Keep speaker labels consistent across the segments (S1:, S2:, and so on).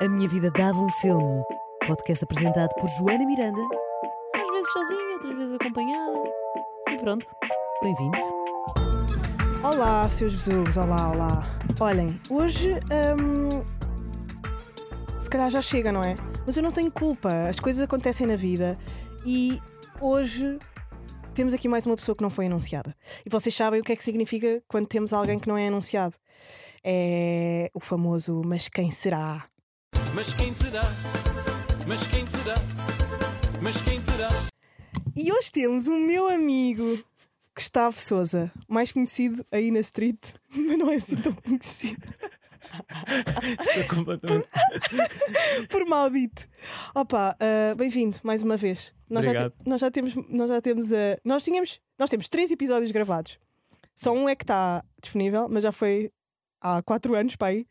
S1: A Minha Vida Dava um Filme. Podcast apresentado por Joana Miranda.
S2: Às vezes sozinha, outras vezes acompanhada. E pronto.
S1: Bem-vindos.
S3: Olá, seus besugos, olá, olá. Olhem, hoje. hum, se calhar já chega, não é? Mas eu não tenho culpa, as coisas acontecem na vida e hoje temos aqui mais uma pessoa que não foi anunciada. E vocês sabem o que é que significa quando temos alguém que não é anunciado? É o famoso Mas quem será?
S4: Mas quem será? Mas quem será? Mas quem será?
S3: E hoje temos o meu amigo Gustavo Souza, mais conhecido aí na street, mas não é assim tão conhecido.
S5: Estou é completamente.
S3: Por maldito. Opa, ah, bem-vindo mais uma vez. Nós já,
S5: Obrigado.
S3: te- nós já temos, nós já temos ah, nós tínhamos, nós temos três episódios gravados. Só um é que está disponível, mas já foi há quatro anos para aí.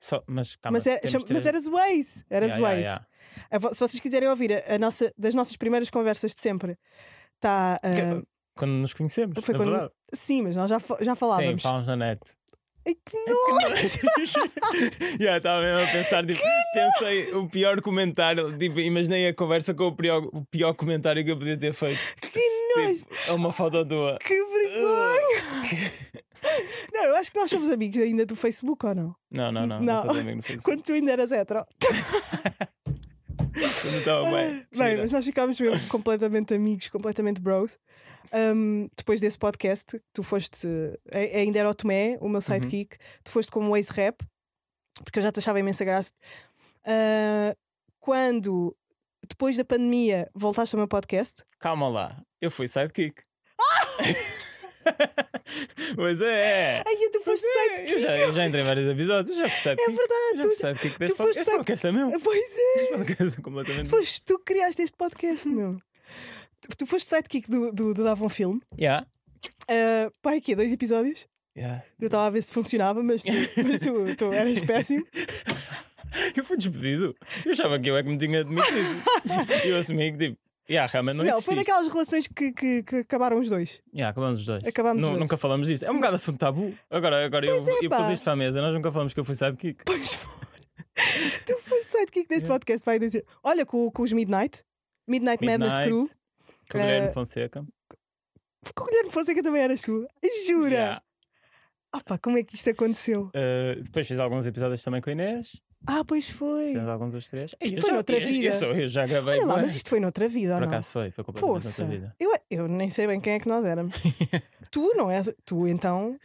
S5: Só, Ah, mas calma.
S3: mas, era,
S5: temos
S3: chama-
S5: três-
S3: mas eras Waze, eras
S5: Yeah, yeah,
S3: Waze.
S5: yeah.
S3: A vo- Se vocês quiserem ouvir a, a nossa, das nossas primeiras conversas de sempre, está. ah,
S5: Quando nos conhecemos.
S3: Foi
S5: na
S3: quando-
S5: é verdade.
S3: sim, mas nós já, fa- já
S5: Sim,
S3: falávamos.
S5: falámos na net.
S3: Ai, que nojo!
S5: yeah, estava mesmo a pensar, tipo, pensei o pior comentário, tipo, imaginei a conversa com o pior, o pior comentário que eu podia ter feito.
S3: Que nojo!
S5: Tipo, é uma foto tua.
S3: Que vergonha! não, eu acho que nós somos amigos ainda do Facebook ou não?
S5: Não, não, não.
S3: Não.
S5: Não, sou teu amigo no Facebook.
S3: Quando tu ainda eras hetero.
S5: Quando estava bem.
S3: Bem,
S5: gira.
S3: mas nós ficámos mesmo completamente amigos, completamente bros. Um, depois desse podcast, tu foste. a- Ainda era o Tomé, o
S5: Uhum.
S3: meu sidekick. Tu foste como ex rap, porque eu já te achava imensa graça. Ah, quando, depois da pandemia, voltaste ao meu podcast.
S5: Calma lá. Eu fui sidekick. pois é.
S3: Ai, tu foste
S5: Eu
S3: sidekick!
S5: já, eu já entrei em vários episódios, já percebe.
S3: É verdade,
S5: já
S3: tu-
S5: percebe o que é que desse
S3: tu foste
S5: podcast. Este
S3: side-
S5: podcast é meu.
S3: Pois é!
S5: Este podcast é completamente meu.
S3: Foste tu que criaste este podcast, meu. Tu, tu foste sidekick do, do, do Davam Filme.
S5: Yeah.
S3: Uh, pá, aqui, dois episódios.
S5: Yeah.
S3: Eu estava a ver se funcionava, mas tu, mas tu, tu eras péssimo.
S5: Eu fui despedido. Eu achava que eu é que me tinha demitido. eu assumi que tipo, yeah, realmente não,
S3: Não, foi
S5: existe isto.
S3: daquelas relações que, que, que acabaram os dois.
S5: Yeah, acabamos os dois.
S3: Acabámos
S5: Nu-
S3: os dois.
S5: Nunca falamos disso. É um bocado assunto tabu. Agora, agora eu,
S3: é,
S5: eu
S3: pá.
S5: pus isto para a mesa. Nós nunca falamos que eu fui sidekick.
S3: Pois foi. tu foste sidekick deste podcast, vai dizer. Olha, com, com os Midnight. Midnight, Madness Crew.
S5: Com
S3: Eh,
S5: o Guilherme Fonseca.
S3: Com o Guilherme Fonseca também eras tu. Jura?
S5: Yeah.
S3: Ah pá, como é que isto aconteceu?
S5: Eh, depois fiz alguns episódios também com a Inês.
S3: Ah, pois foi.
S5: Fizemos alguns dos três.
S3: Isto
S5: Eu
S3: foi
S5: só-
S3: noutra
S5: eu-
S3: vida.
S5: Eu, só- eu já gravei.
S3: Olha lá,
S5: bué.
S3: mas isto foi noutra vida,
S5: Por
S3: ou não?
S5: acaso foi, foi completamente
S3: Poça,
S5: noutra vida.
S3: eu, eu nem sei bem quem é que nós éramos. tu não és. Tu então.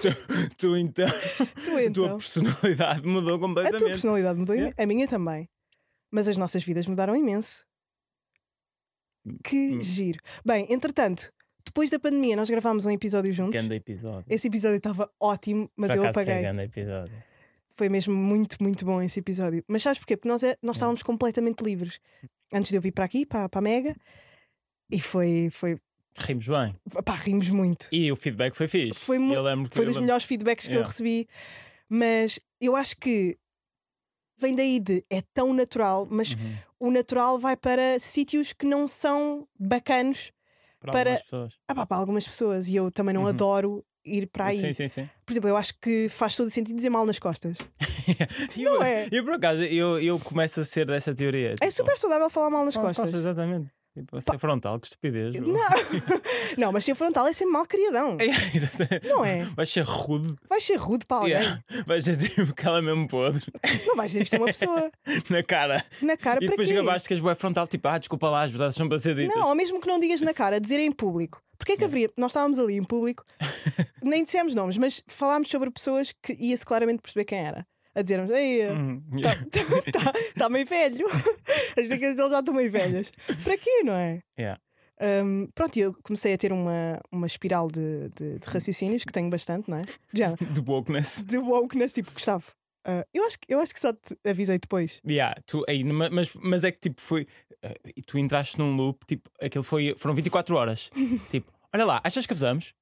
S5: Tu, tu então,
S3: Tu
S5: a tua
S3: então.
S5: personalidade mudou
S3: A tua
S5: completamente.
S3: personalidade mudou, imen-
S5: Yeah.
S3: a minha também. Mas as nossas vidas mudaram imenso. Que
S5: Hum.
S3: giro. Bem, entretanto, depois da pandemia, nós gravámos um episódio juntos.
S5: Grande episódio.
S3: Esse episódio estava ótimo, mas
S5: Por
S3: eu
S5: acaso, sim,
S3: apaguei.
S5: Grande episódio.
S3: Foi mesmo muito, muito bom esse episódio. Mas sabes porquê? Porque nós, é-
S5: Hum.
S3: nós estávamos completamente livres. Antes de eu vir para aqui, para, para a Mega. E foi. foi
S5: Rimos bem.
S3: pá, rimos muito.
S5: E o feedback foi fixe.
S3: Foi mu-
S5: Eu lembro que
S3: Foi
S5: eu
S3: dos
S5: lembro- É.
S3: melhores feedbacks que eu
S5: Yeah.
S3: recebi. Mas eu acho que vem daí de é tão natural, mas
S5: Uhum.
S3: o natural vai para sítios que não são bacanos
S5: Para,
S3: para-
S5: algumas pessoas.
S3: ah, pá, para algumas pessoas. E eu também não
S5: Uhum.
S3: adoro ir para aí.
S5: Sim, sim, sim.
S3: Por exemplo, eu acho que faz todo o sentido dizer mal nas costas.
S5: eu,
S3: é?
S5: eu, por acaso, eu, eu começo a ser dessa teoria.
S3: É super saudável falar mal nas
S5: Fala nas
S3: costas.
S5: exatamente. Tipo, a ser frontal, que estupidez.
S3: Não. não, mas ser frontal é ser mal criadão.
S5: É, exatamente.
S3: Não é?
S5: Vais ser rude.
S3: Vais ser rude para alguém.
S5: Yeah. Vais ser tipo aquela mesmo podre
S3: Não vais dizer isto a uma pessoa
S5: na cara.
S3: na cara
S5: e
S3: para
S5: depois
S3: quê?
S5: gabaste que és boé frontal, tipo, ah, desculpa lá, as verdades são para ser ditas.
S3: Não, ou mesmo que não digas na cara, dizer em público. Porquê que haveria? Nós estávamos ali em público, nem dissemos nomes, mas falámos sobre pessoas que ia-se claramente perceber quem era. A dizermos, ei,
S5: Uhum.
S3: Está tá, tá meio velho. As dicas dele já estão meio velhas. Para quê, não é?
S5: Yeah.
S3: Um, pronto, e eu comecei a ter uma, uma espiral de, de, de raciocínios que tenho bastante, não é? Já,
S5: De wokeness.
S3: de wokeness, tipo, Gustavo. ah, eu, acho, que- eu acho que só te avisei depois.
S5: Yeah, tu, aí, numa- mas, mas é que tipo foi. eh, e tu entraste num loop, tipo, aquilo foi. Foram 24 horas. tipo, olha lá, achas que abusamos?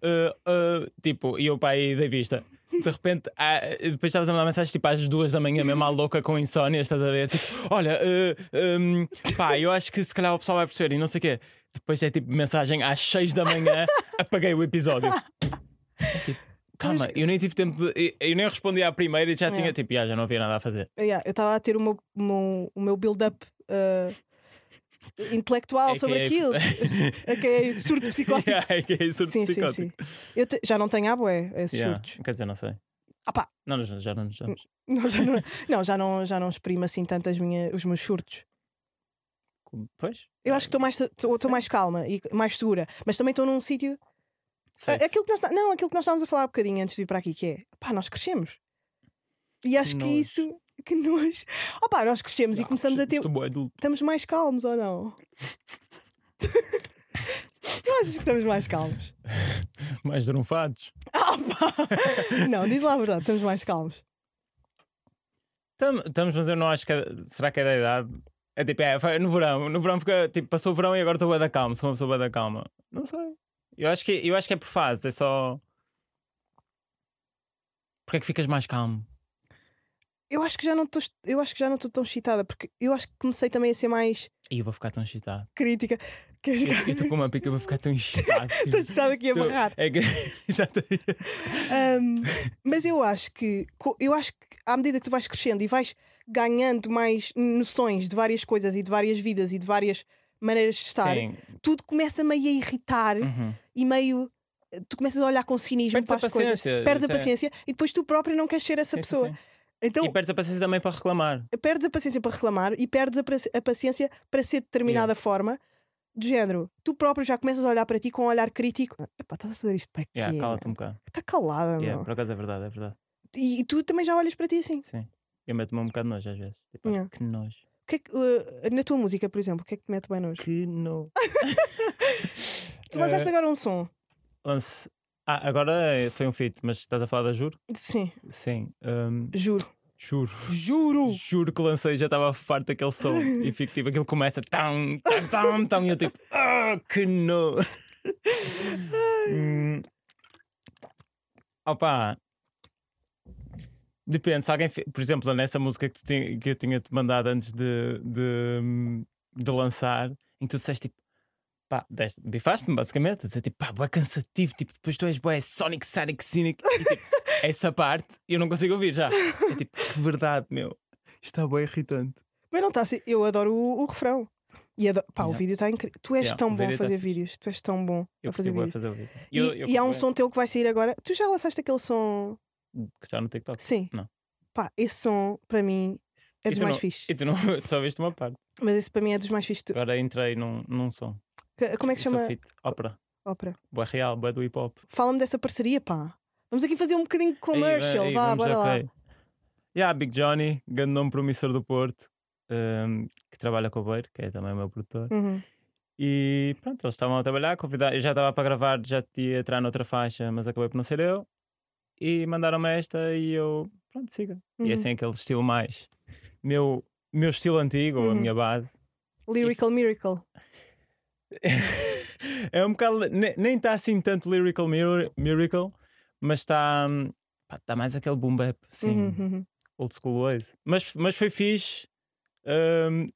S5: Eh, eh, tipo, e eu pai da vista. De repente, ah, eh, depois estavas a mandar mensagens tipo às duas da manhã, mesmo à louca com insónia, estás a ver? Tipo, olha, eh, ehm, pá, eu acho que se calhar o pessoal vai perceber e não sei o quê. Depois é tipo mensagem às seis da manhã, apaguei o episódio. É, tipo, Calma, eu nem tive tempo de. eu- Eu nem respondi à primeira e já tinha tipo, "Ya, já não havia nada a fazer.
S3: Yeah, eu estava a ter o meu, o meu- o meu build-up ah, intelectual sobre
S5: AKA
S3: aquilo. ok, surto psicótico.
S5: Ya, é que é surto
S3: sim, sim,
S5: psicótico.
S3: sim. Eu te- já não tenho a boé esses
S5: Ya,
S3: surtos.
S5: Quer dizer, não sei.
S3: Ah pá.
S5: Não, já, já não. Já,
S3: Não, já não, não, já não, já não exprimo assim tanto as minha, os meus surtos.
S5: pois?
S3: Eu acho que estou mais, tô- tô mais calma e mais segura, mas também estou num sítio.
S5: Sei.
S3: a- Aquilo que nós, ta- não, aquilo que nós estávamos a falar há bocadinho antes de ir para aqui, que é pá, nós crescemos. E acho que
S5: nojo.
S3: isso que nós. Opá, nós crescemos e
S5: Ah,
S3: começamos a ter.
S5: estou bué adulto.
S3: Estamos mais calmos ou não? Eu acho que estamos mais calmos.
S5: Mais drunfados.
S3: Ah, pá. Não, diz lá a verdade, estamos mais calmos.
S5: Tam- Estamos, mas eu não acho que. é- Será que é da idade? É tipo, é, foi no verão. No verão fica, tipo, passou o verão e agora estou bem da calma. Sou uma pessoa bem da calma. Não sei. Eu acho, que, eu acho que é por fase, é só. Porquê é que ficas mais calmo?
S3: Eu acho que já não estou, eu acho que já não estou tão excitada, porque eu acho que comecei também a ser mais
S5: E eu vou ficar tão excitado.
S3: crítica. Queres
S5: Eu eu estou com uma pica, eu vou ficar tão excitado. tipo,
S3: estar aqui a
S5: tô-
S3: barrar.
S5: é que- Exatamente.
S3: Ahm, mas eu acho que co- eu acho que à medida que tu vais crescendo e vais ganhando mais noções de várias coisas e de várias vidas e de várias maneiras de estar,
S5: Sim.
S3: tudo começa meio a irritar
S5: Uhum.
S3: e meio eh, tu começas a olhar com cinismo
S5: Perdes a
S3: para as coisas,
S5: paciência.
S3: perdes a
S5: até.
S3: paciência e depois tu próprio não queres ser essa
S5: Sim, sim,
S3: pessoa.
S5: sim.
S3: Então
S5: E perdes a paciência também para reclamar.
S3: perdes a paciência para reclamar e perdes a pra- a paciência para ser de determinada forma. Do género, tu próprio já começas a olhar para ti com um olhar crítico. Epá, estás a fazer isto para quê?
S5: Yeah, Cala-te
S3: meu?
S5: um bocado.
S3: Está calada,
S5: Yeah,
S3: meu.
S5: por acaso é verdade, é verdade.
S3: E, e tu também já olhas para ti assim.
S5: Sim. Eu meto-me um bocado de nojo às vezes. Tipo,
S3: Yeah.
S5: Que nojo.
S3: O que é que, uh, na tua música, por exemplo, o que é que te mete bem nojo?
S5: Que nojo. Eh,
S3: Tu lançaste agora um som.
S5: Lance. Ah, agora é- foi um feat, mas estás a falar da Juro?
S3: Sim,
S5: Sim. hum,
S3: juro.
S5: juro.
S3: Juro!
S5: Juro que lancei, já estava farto daquele som. E fico tipo, aquilo começa. Tão, tão, tão, tão, e eu tipo, ah, que no. hum. Opa. Depende, se alguém. fe- Por exemplo, nessa música que, tu tin- que eu tinha-te mandado antes de, de, de lançar, em que tu disseste tipo. Pá, deste- bifaste-me basicamente, a dizer tipo, pá, bué cansativo, tipo, depois tu és bué Sonic, Sonic, Cynic, e, tipo, essa parte eu não consigo ouvir já. É tipo, que verdade, meu. Está bem irritante.
S3: Mas não está assim. Eu adoro o, o refrão. E adoro- pá, o
S5: Yeah.
S3: vídeo está incrível. Tu és
S5: Yeah, o
S3: tão bom a
S5: vídeo tá
S3: fazer
S5: fixe.
S3: vídeos. Tu és tão bom
S5: Eu
S3: a fazer
S5: consigo
S3: vídeos.
S5: fazer o vídeo.
S3: E,
S5: Eu- eu
S3: e há um
S5: curto
S3: som teu que vai sair agora. Tu já lançaste aquele som?
S5: bué Que está no TikTok.
S3: Sim.
S5: Não.
S3: Pá, esse som para mim é
S5: E
S3: dos
S5: tu
S3: mais
S5: não-
S3: fixes.
S5: E tu, não, tu só viste uma parte.
S3: Mas esse para mim é dos mais fixes. Tu-
S5: Agora entrei num, num som.
S3: que- Como é que se
S5: Isso é
S3: chama?
S5: fit, ópera.
S3: Ópera.
S5: Boa real, boa do hip hop.
S3: Fala-me dessa parceria, pá. Vamos aqui fazer um bocadinho de commercial.
S5: Aí,
S3: Vá,
S5: vamos,
S3: bora lá.
S5: ok. Yeah, Big Johnny, grande nome promissor do Porto, ehm, que trabalha com o Beiro, que é também o meu produtor.
S3: Uhum.
S5: E pronto, eles estavam a trabalhar, convidar. Eu já estava para gravar, já tinha entrar noutra faixa, mas acabei por não ser eu. E mandaram-me esta e eu, pronto, siga.
S3: Uhum.
S5: E assim aquele estilo mais. Meu, meu estilo antigo, ou a
S3: Uhum.
S5: minha base.
S3: Lyrical Miracle.
S5: é um bocado. ne- Nem está assim tanto Lyrical mir- Miracle, mas está. hum, pá, Está mais aquele boom bap, assim,
S3: Uhum, uhum.
S5: old school ways. Mas, mas foi fixe. hum,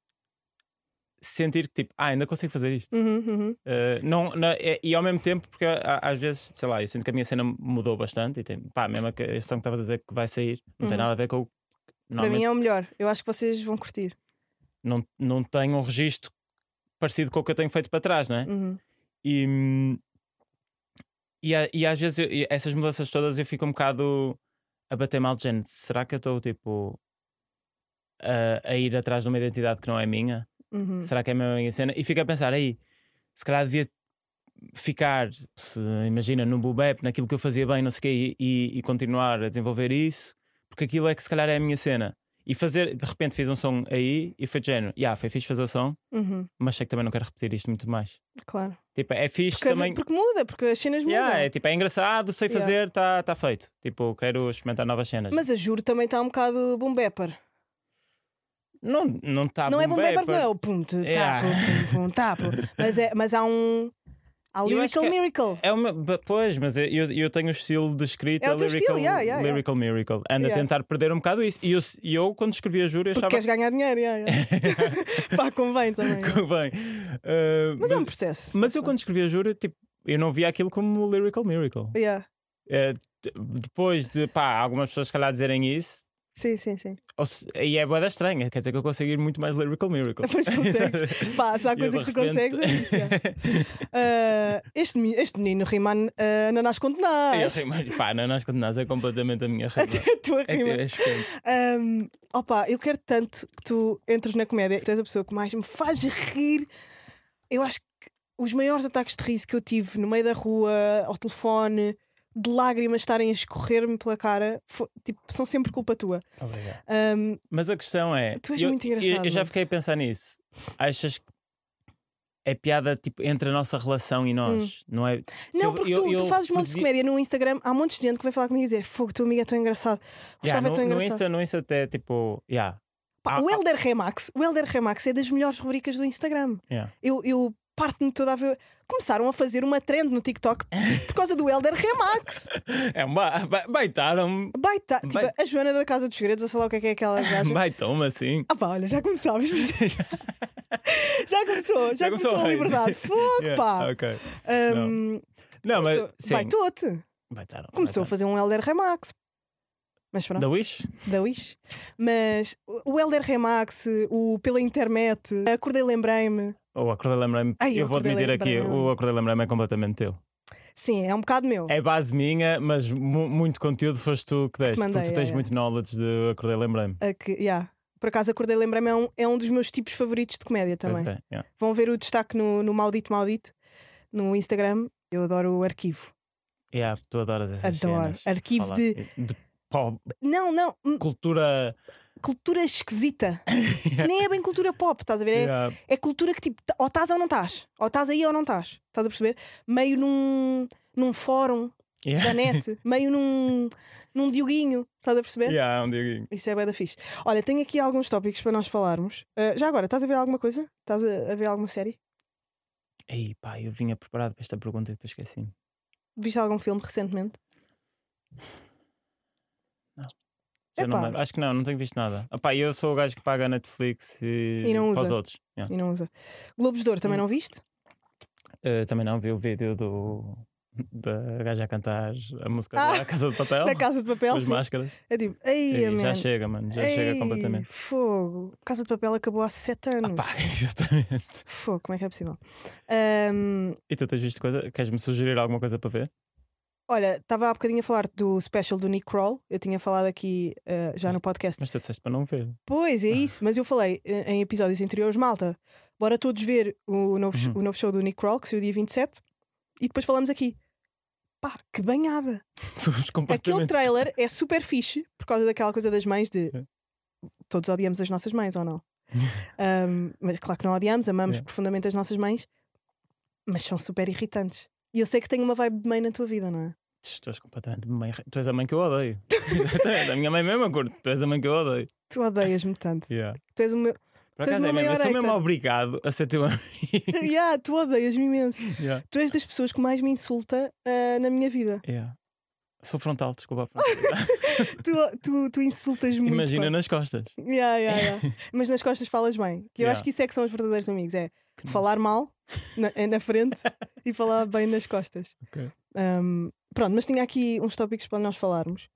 S5: sentir que tipo, ah, ainda consigo fazer isto.
S3: Uhum, uhum.
S5: Uh, não, não- é- e ao mesmo tempo, porque há- às vezes, sei lá, eu sinto que a minha cena mudou bastante e tem, pá, mesmo que esse som que estavas a dizer que vai sair, não tem
S3: Uhum.
S5: nada a ver com o que
S3: Para mim
S5: normalmente
S3: é o melhor. Eu acho que vocês vão curtir.
S5: não, não tem um registro parecido com o que eu tenho feito para trás, não é?
S3: Uhum.
S5: E, hum, e, a- e às vezes eu- e essas mudanças todas eu fico um bocado a bater mal de género. Será que eu estou tipo a, a ir atrás de uma identidade que não é minha?
S3: Uhum.
S5: Será que é mesmo a minha cena? E fico a pensar aí, se calhar devia ficar, se- imagina, no Bubep, naquilo que eu fazia bem, não sei o quê, e, e- e continuar a desenvolver isso, porque aquilo é que se calhar é a minha cena. E fazer, de repente fiz um som aí e foi de género, yeah, foi fixe fazer o som,
S3: Uhum.
S5: mas sei que também não quero repetir isto muito mais.
S3: Claro.
S5: Tipo, é fixe
S3: Porque,
S5: também.
S3: porque muda, porque as cenas mudam.
S5: Yeah, é, tipo, é engraçado, sei
S3: Yeah.
S5: fazer, está tá feito. Tipo, quero experimentar novas cenas.
S3: Mas a Juro também está um bocado boom bapper.
S5: não está não tá
S3: não é
S5: boom
S3: boom bapper,
S5: bapper.
S3: não é o pum, tu,
S5: Yeah.
S3: tapo, pum, pum, tapo. Mas, é, mas há um. Há
S5: Eu acho
S3: lyrical
S5: que é-
S3: miracle.
S5: É uma, ba- pois, mas eu, eu eu tenho o estilo de escrita
S3: É o teu
S5: lyrical,
S3: estilo, yeah, yeah, yeah.
S5: lyrical Miracle. Ando
S3: Yeah.
S5: a tentar perder um bocado isso. E eu, e eu quando escrevia Júlio,
S3: Porque
S5: achava
S3: queres ganhar dinheiro, yeah, yeah. Pá, convém também.
S5: que bem. Uh,
S3: Mas é um processo.
S5: mas eu quando escrevia Júlio, tipo, eu não via aquilo como lyrical Miracle.
S3: Yeah.
S5: eh, de- depois de pá, algumas pessoas se calhar dizerem isso,
S3: Sim, sim, sim.
S5: ou se- e é boeda estranha, quer dizer que eu consegui ir muito mais Lyrical Miracle.
S3: Pois consegues. Pá, se há
S5: E eu,
S3: coisa
S5: de
S3: que tu consegues, é
S5: repente-
S3: isso. é. Ah, este, meni- este menino rima ah, tipo, ananás com
S5: Eu
S3: tenaz.
S5: rimo, pá, não, nós condenamos, é completamente a minha raiva.
S3: A tua
S5: É que
S3: rima.
S5: é chocante.
S3: Um, opa, eu quero tanto que tu entres na comédia. Tu és a pessoa que mais me faz rir. Eu acho que os maiores ataques de riso que eu tive no meio da rua, ao telefone, de lágrimas estarem a escorrer-me pela cara, fo- tipo, são sempre culpa tua.
S5: Obrigado.
S3: Um,
S5: Mas a questão é.
S3: Tu és
S5: eu,
S3: muito
S5: eu- Eu,
S3: engraçado.
S5: já fiquei a pensar nisso. Achas que é piada tipo, entre a nossa relação e nós? Não é? Se
S3: Hum. não,
S5: eu-
S3: porque
S5: eu-
S3: tu, tu
S5: eu
S3: fazes montes de
S5: podia-
S3: comédia no Instagram. Há montes de gente que vai falar comigo e dizer: Fogo, teu amigo é tão engraçado.
S5: Yeah,
S3: Gustavo é tão
S5: no, no,
S3: engraçado.
S5: Insta, no Insta até tipo. Yeah,
S3: Pá,
S5: Ah,
S3: o
S5: ah.
S3: Elder Remax, o Elder Remax é das melhores rubricas do Instagram.
S5: yeah.
S3: Eu, eu parto-me toda a ver. Começaram a fazer uma trend no TikTok por causa do Elder Remax.
S5: É um ba- ba- baitaram-me.
S3: Baita, tipo,
S5: Bai-
S3: a Joana da Casa dos Segredos, ou sei lá o que é, que é aquela gaja.
S5: Baitou-me assim.
S3: Ah pá, olha, já começámos. já começou, já,
S5: Já começou
S3: começou, a
S5: bem.
S3: liberdade. Fogo,
S5: Yeah,
S3: pá.
S5: ok.
S3: Um,
S5: Não, mas.
S3: começou-
S5: Sim,
S3: Baitou-te.
S5: baitaram,
S3: Começou a
S5: baitaram.
S3: fazer um Elder Remax. Mas pronto,
S5: Da Wish?
S3: da Wish. Mas o Elder Remax, o Pela Internet, Acordei Lembrei-me.
S5: Ou acordei lembrei-me.
S3: Ai, o
S5: Eu vou
S3: acordei
S5: admitir aqui,
S3: lembrei-me.
S5: o acordei lembrei-me é completamente teu.
S3: Sim, é um bocado meu.
S5: É base minha, mas mu- muito conteúdo foste tu que deste.
S3: mandei,
S5: porque tu tens
S3: é, é.
S5: muito knowledge de acordei lembrei-me.
S3: A que, yeah. Por acaso, Acordei Lembrei-me é um, é um dos meus tipos favoritos de comédia
S5: Pois
S3: também.
S5: é, yeah.
S3: Vão ver o destaque no, no Maldito Maldito, no Instagram. Eu adoro o arquivo.
S5: Yeah, tu adoras essas
S3: Adoro.
S5: cenas.
S3: Arquivo
S5: Fala-
S3: de-
S5: de pop,
S3: Não, não, hum,
S5: cultura.
S3: cultura esquisita. Que nem é bem cultura pop, estás a ver? É,
S5: yeah.
S3: é cultura que tipo, tá- ou estás ou não estás. Ou estás aí ou não estás. Estás a perceber? Meio num, num fórum
S5: Yeah.
S3: da net, meio num, num dioguinho, estás a perceber?
S5: Yeah, um dioguinho.
S3: Isso é bem da fixe. Olha, tenho aqui alguns tópicos para nós falarmos. Ah, já agora, estás a ver alguma coisa? Estás a, a ver alguma série? É.
S5: Ei, pá, eu vinha preparado para esta pergunta e depois esqueci-me.
S3: Viste algum filme recentemente?
S5: Já não
S3: Epá.
S5: me lembro. Acho que não, não tenho visto nada. Opá, eu sou o gajo que paga a Netflix e,
S3: E não
S5: para os
S3: usa.
S5: outros. Yeah.
S3: E não usa. Globos de Ouro, também
S5: Hum.
S3: não viste?
S5: Eh, também não vi o vídeo do da gaja a cantar a música
S3: Ah,
S5: da Casa de Papel.
S3: Da Casa de
S5: com
S3: Papel?
S5: as
S3: sim.
S5: máscaras.
S3: É tipo, ei,
S5: Oh, Ei, já
S3: man.
S5: chega, mano. Já
S3: Ei,
S5: chega completamente.
S3: Fogo. Casa de Papel acabou há 7 anos.
S5: Ah Pá, exatamente.
S3: Fogo, como é que é possível? Ahm,
S5: E tu tens visto coisa? Queres-me sugerir alguma coisa para ver?
S3: olha, estava há bocadinho a falar do special do Nick Kroll. Eu tinha falado aqui ah, já no podcast.
S5: Mas Ah. tu disseste para não ver.
S3: Pois, é isso. Mas eu falei eh, em episódios anteriores, malta. Bora todos ver o novo, sh-
S5: Uhum.
S3: o novo show do Nick Kroll, que saiu dia 27. E depois falamos aqui. Pá, que banhada.
S5: Fomos
S3: Aquele
S5: completamente. É.
S3: trailer é super fixe por causa daquela coisa das mães de todos odiamos as nossas mães ou não? Um, mas claro que não odiamos, amamos
S5: Yeah.
S3: profundamente as nossas mães, mas são super irritantes. E eu sei que tenho uma vibe de mãe na tua vida, não é?
S5: Tu és completamente mãe. Tu és a mãe que eu odeio. Exatamente, a minha mãe mesmo curto. Tu és a mãe que eu odeio.
S3: Tu odeias-me tanto.
S5: Yeah.
S3: Tu és o meu.
S5: Por
S3: Tu és
S5: acaso é
S3: uma
S5: mesmo. Eu sou
S3: maior
S5: mesmo
S3: hater.
S5: obrigado a ser teu amigo.
S3: yeah, tu odeias-me imenso.
S5: Yeah,
S3: Tu és das pessoas que mais me insulta ah, na minha vida.
S5: yeah. Sou frontal, desculpa. a frontalidade.
S3: Tu, tu, tu insultas muito.
S5: Imagina
S3: pá.
S5: nas costas.
S3: Yeah, yeah, yeah. Mas nas costas falas bem. Que eu
S5: Yeah.
S3: acho que isso é que são os verdadeiros amigos: é falar mal na, é na frente e falar bem nas costas.
S5: Ok.
S3: Um, pronto, mas tinha aqui uns tópicos para nós falarmos.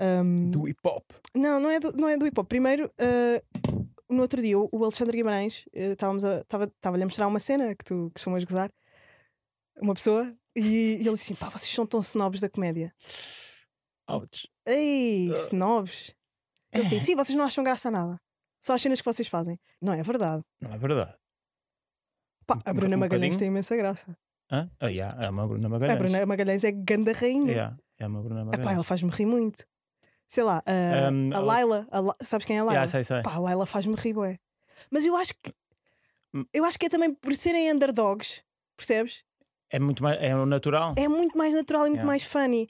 S3: Um,
S5: Do hip hop.
S3: Não, não é do, não é do hip hop. Primeiro, uh, no outro dia, o o Alexandre Guimarães uh, estávamos a- estava- estava-lhe a mostrar uma cena que tu costumas gozar, uma pessoa, e, e ele disse assim: pá, vocês são tão snobs da comédia.
S5: Ouch.
S3: Ei,
S5: Ah.
S3: snobs. Ele
S5: É.
S3: assim: sim, vocês não acham graça a nada. Só as cenas que vocês fazem. Não é verdade.
S5: Não é verdade.
S3: Pá, a
S5: Um-
S3: Bruna
S5: um
S3: Magalhães
S5: bocadinho?
S3: tem imensa graça.
S5: Hã? Ah, yeah, é uma Bruna
S3: A
S5: Magalhães.
S3: Bruna Magalhães é ganda rainha.
S5: Yeah, é uma Bruna
S3: Epá, ela
S5: Magalhães.
S3: faz-me rir muito. Sei lá, a,
S5: Um,
S3: a
S5: ela-
S3: Laila, a La- sabes quem é a Laila?
S5: Yeah, sei, sei.
S3: Pá, a Laila faz-me rir, bué. Mas eu acho que
S5: Hum.
S3: eu acho que é também por serem underdogs, percebes?
S5: É muito mais. É um natural.
S3: É muito mais natural e muito
S5: Yeah.
S3: mais funny.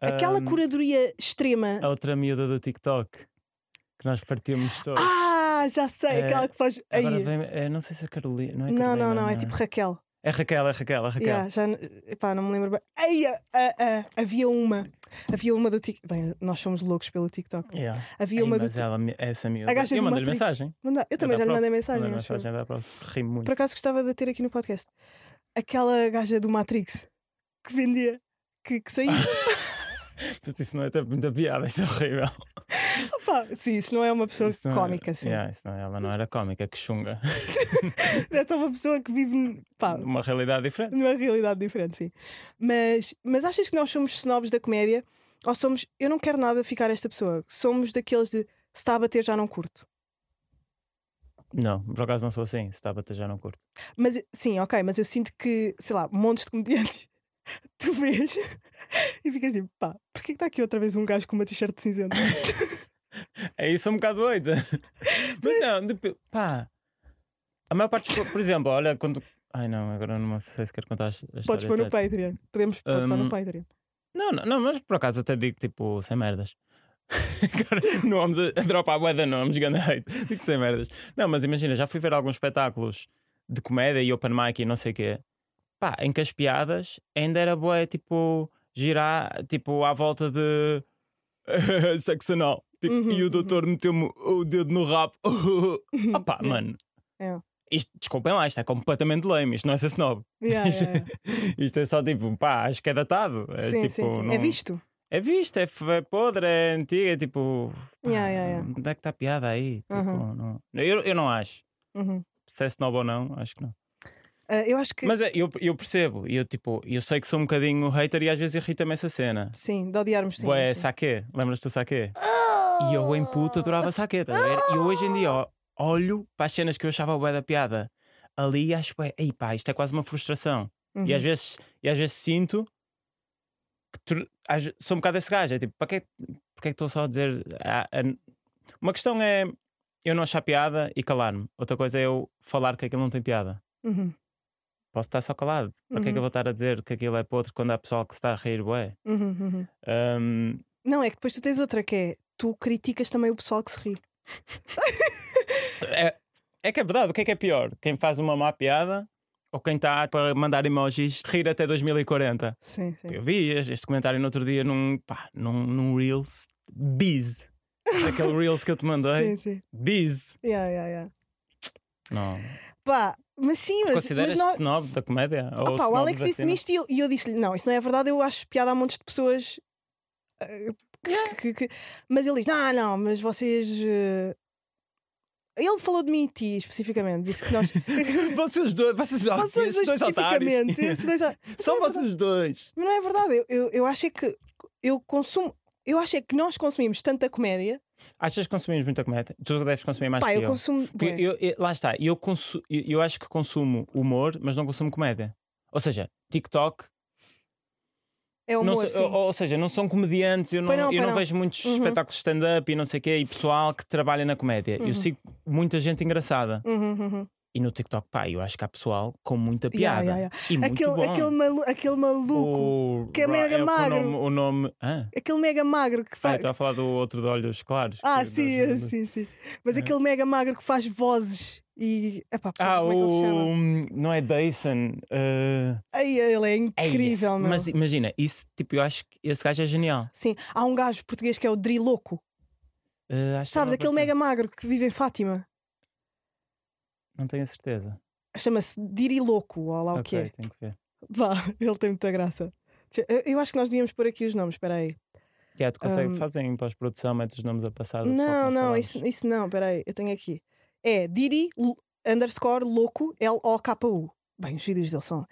S3: É Aquela
S5: Um,
S3: curadoria extrema.
S5: a outra miúda do TikTok que nós partimos todos.
S3: Ah, já sei,
S5: Eh,
S3: aquela que faz.
S5: Agora
S3: Aí.
S5: vem, é, não sei se é Carolina. Não, é,
S3: Não,
S5: Carolina,
S3: não, não, é tipo Raquel.
S5: É Raquel, é Raquel, é Raquel.
S3: Yeah, já, epá, não me lembro bem. Ei, ah, ah, ah, havia uma. Havia uma do TikTok. Bem, nós somos loucos pelo TikTok.
S5: Yeah.
S3: Havia
S5: Ei,
S3: uma do
S5: mas é ela, mi- essa miúda.
S3: A gaja
S5: eu
S3: de uma
S5: mandei-lhe
S3: película.
S5: mensagem.
S3: Manda- Eu também já lhe mandei mensagem.
S5: Mandei
S3: acho eu.
S5: é mensagem, dá para ri muito.
S3: Por acaso gostava de ter aqui no podcast aquela gaja do Matrix que vendia que, que saiu.
S5: Portanto, isso não é até muita piada, isso é horrível.
S3: Opa, sim, isso não é uma pessoa
S5: Isso não
S3: cómica,
S5: era,
S3: sim.
S5: Yeah, isso não, é, ela não era cómica, que chunga.
S3: É só uma pessoa que vive pá, Hum.
S5: Uma realidade diferente.
S3: numa realidade diferente, sim. Mas, mas achas que nós somos snobs da comédia? Ou somos, eu não quero nada ficar esta pessoa? Somos daqueles de se está a bater já não curto.
S5: Não, por acaso não sou assim, se está a bater já não curto.
S3: Mas sim, ok, mas eu sinto que, sei lá, montes de comediantes tu vês e ficas assim, pá, porquê que está aqui outra vez um gajo com uma t-shirt cinzenta?
S5: É isso, é um bocado doido. Mas não, dep- pá. A maior parte, dos co- por exemplo, olha, quando. Ai não, agora não sei se quero contar a his- a
S3: Podes
S5: história
S3: pôr no
S5: toda.
S3: Patreon. Podemos pôr só no
S5: Hum,
S3: Patreon.
S5: Não, não, não, mas por acaso até digo tipo sem merdas. Agora, não vamos a, a dropar a boeda, não vamos ganda hate. Digo sem merdas. Não, mas imagina, já fui ver alguns espetáculos de comédia e open mic e não sei o quê. Pá, em que as piadas ainda era boé tipo girar tipo à volta de seccional. Tipo,
S3: Uhum,
S5: e o
S3: uhum.
S5: doutor meteu-me o dedo no rabo. Opá, mano.
S3: É.
S5: Isto, desculpem lá, isto é completamente lame. Isto não é ser snob.
S3: Yeah,
S5: isto-
S3: yeah, yeah.
S5: Isto é só tipo, pá, acho que é datado. É,
S3: sim,
S5: tipo,
S3: sim, sim. É
S5: não-
S3: visto?
S5: é vista, é, f- é podre, é antiga, é tipo. pá,
S3: Yeah, yeah, yeah.
S5: Onde é que está a piada aí? Tipo,
S3: Uhum.
S5: não- eu, eu não acho.
S3: Uhum.
S5: Se é snob ou não, acho que não.
S3: Ah, eu acho que.
S5: Mas é, eu, eu percebo, e eu, tipo, eu sei que sou um bocadinho hater e às vezes irrita-me essa cena.
S3: Sim, de odiarmos sim.
S5: Ué,
S3: sim. Oh!
S5: saque, lembras-te do saque? E eu em puto adorava saque, estás a ver? E eu hoje em dia ó, olho para as cenas que eu achava bué da piada ali e acho, bué, ei pá, isto é quase uma frustração.
S3: Uhum.
S5: E às vezes, e às vezes sinto que tu- às ve- sou um bocado esse gajo. É tipo, para que porque é que estou só a dizer? ah, ah, uma questão é eu não achar piada e calar-me. Outra coisa é eu falar que aquilo não tem piada.
S3: Uhum,
S5: Posso estar só calado. Para que é que eu vou estar a dizer que aquilo é para outro quando há pessoal que se está a rir, bué? Hum,
S3: uhum, uhum.
S5: Ahm,
S3: Não, é que depois tu tens outra que é tu criticas também o pessoal que se ri.
S5: é, é que é verdade. O que é que é pior? Quem faz uma má piada ou quem está para mandar emojis rir até 2040?
S3: Sim, sim.
S5: Eu vi este este comentário no outro dia num, pá, num, num Reels Biz. Aquele Reels que eu te
S3: Sim,
S5: mandei.
S3: sim.
S5: Biz.
S3: Yeah, yeah, yeah.
S5: Não.
S3: Pá, mas sim, mas, mas
S5: Consideras-te
S3: não.
S5: snob da comédia? Ou
S3: Opa, o
S5: snob
S3: Alex
S5: da
S3: disse-me
S5: cena?
S3: isto e eu, e eu disse-lhe: Não, isso não é verdade. Eu acho piada a montes de pessoas. ah, que- que- que- Mas ele diz: Não, não, mas vocês. eh, Ele falou de mim e ti especificamente. Disse que nós.
S5: Vocês dois, vocês,
S3: vocês
S5: Tá, esses
S3: dois
S5: otários.
S3: especificamente. esses dois-
S5: São vocês dois.
S3: Mas não é verdade. Eu, eu, eu acho é que eu consumo. Eu acho é que nós consumimos tanta comédia.
S5: Achas que consumimos muita comédia? Tu deves consumir mais
S3: Pá,
S5: que
S3: eu,
S5: eu.
S3: consumo.
S5: Porque
S3: bué.
S5: eu- eu- lá está, eu, consu- eu, eu acho que consumo humor, mas não consumo comédia. Ou seja, TikTok.
S3: é
S5: não
S3: humor,
S5: sou-
S3: sim.
S5: ou, ou seja, não são comediantes, eu não,
S3: Pois não,
S5: eu
S3: pois
S5: não,
S3: não.
S5: vejo muitos
S3: Uhum.
S5: espetáculos de stand-up e não sei o quê, e pessoal que trabalha na comédia. Eu sigo muita gente engraçada.
S3: Uhum, uhum.
S5: E no TikTok, pá, eu acho que há pessoal com muita
S3: Yeah, yeah,
S5: piada.
S3: yeah.
S5: E muito
S3: Aquele,
S5: bom.
S3: aquele, malu aquele maluco,
S5: O
S3: que é
S5: Ra-
S3: mega
S5: o
S3: magro.
S5: nome- O nome. Hã?
S3: aquele mega magro que
S5: Ah,
S3: faz.
S5: estava a falar do outro de olhos claros.
S3: Ah,
S5: que-
S3: sim,
S5: das-
S3: é, sim, sim. Mas aquele mega magro que faz vozes e. Epá, pá,
S5: Ah,
S3: como é que ele se chama?
S5: o. Não é Dyson. eh,
S3: Ai, ele é
S5: é esse.
S3: incrível, meu.
S5: Mas imagina, isso, tipo, eu acho que esse gajo é genial.
S3: Sim, há um gajo português que é o Driloco.
S5: Eh, acho que
S3: Sabes,
S5: não
S3: aquele
S5: apareceu.
S3: mega magro que vive em Fátima.
S5: Não tenho a certeza.
S3: Chama-se Diriloco, ou lá o que é.
S5: ok, tenho que ver.
S3: Vá, ele tem muita graça. Deixa- eu- Eu acho que nós devíamos pôr aqui os nomes, espera aí.
S5: Yeah, tu consegue,
S3: Um,
S5: fazem em pós-produção, metes os nomes a passar. do pessoal que
S3: Não,
S5: nós
S3: não,
S5: falámos.
S3: isso, isso não, peraí, eu tenho aqui. É Diri l- underscore louco L-O-K-U. Bem, os vídeos dele são.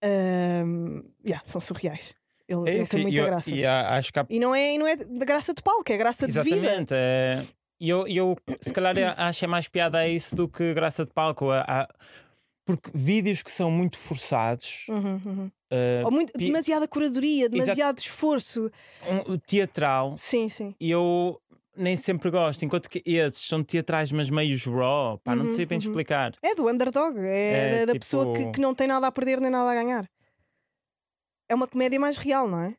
S3: ahm, yeah, são surreais. Ele,
S5: É
S3: ele
S5: isso,
S3: tem
S5: e
S3: muita
S5: eu-
S3: graça.
S5: E há- acho que há
S3: E não é, e não é de graça de palco, é graça de vida.
S5: Exatamente. é. E eu, eu, se calhar, eu acho é mais piada a isso do que graça de palco. a- a- Porque vídeos que são muito forçados,
S3: Uhum, uhum.
S5: eh,
S3: Ou muito-
S5: pi-
S3: demasiada curadoria, demasiado esforço.
S5: um- teatral,
S3: Sim, sim.
S5: eu nem sempre gosto. Enquanto que esses são teatrais, mas meios raw, pá,
S3: Uhum,
S5: não sei bem explicar.
S3: É do underdog, é,
S5: É,
S3: da, da
S5: tipo-
S3: pessoa que, que não tem nada a perder nem nada a ganhar. É uma comédia mais real, não é?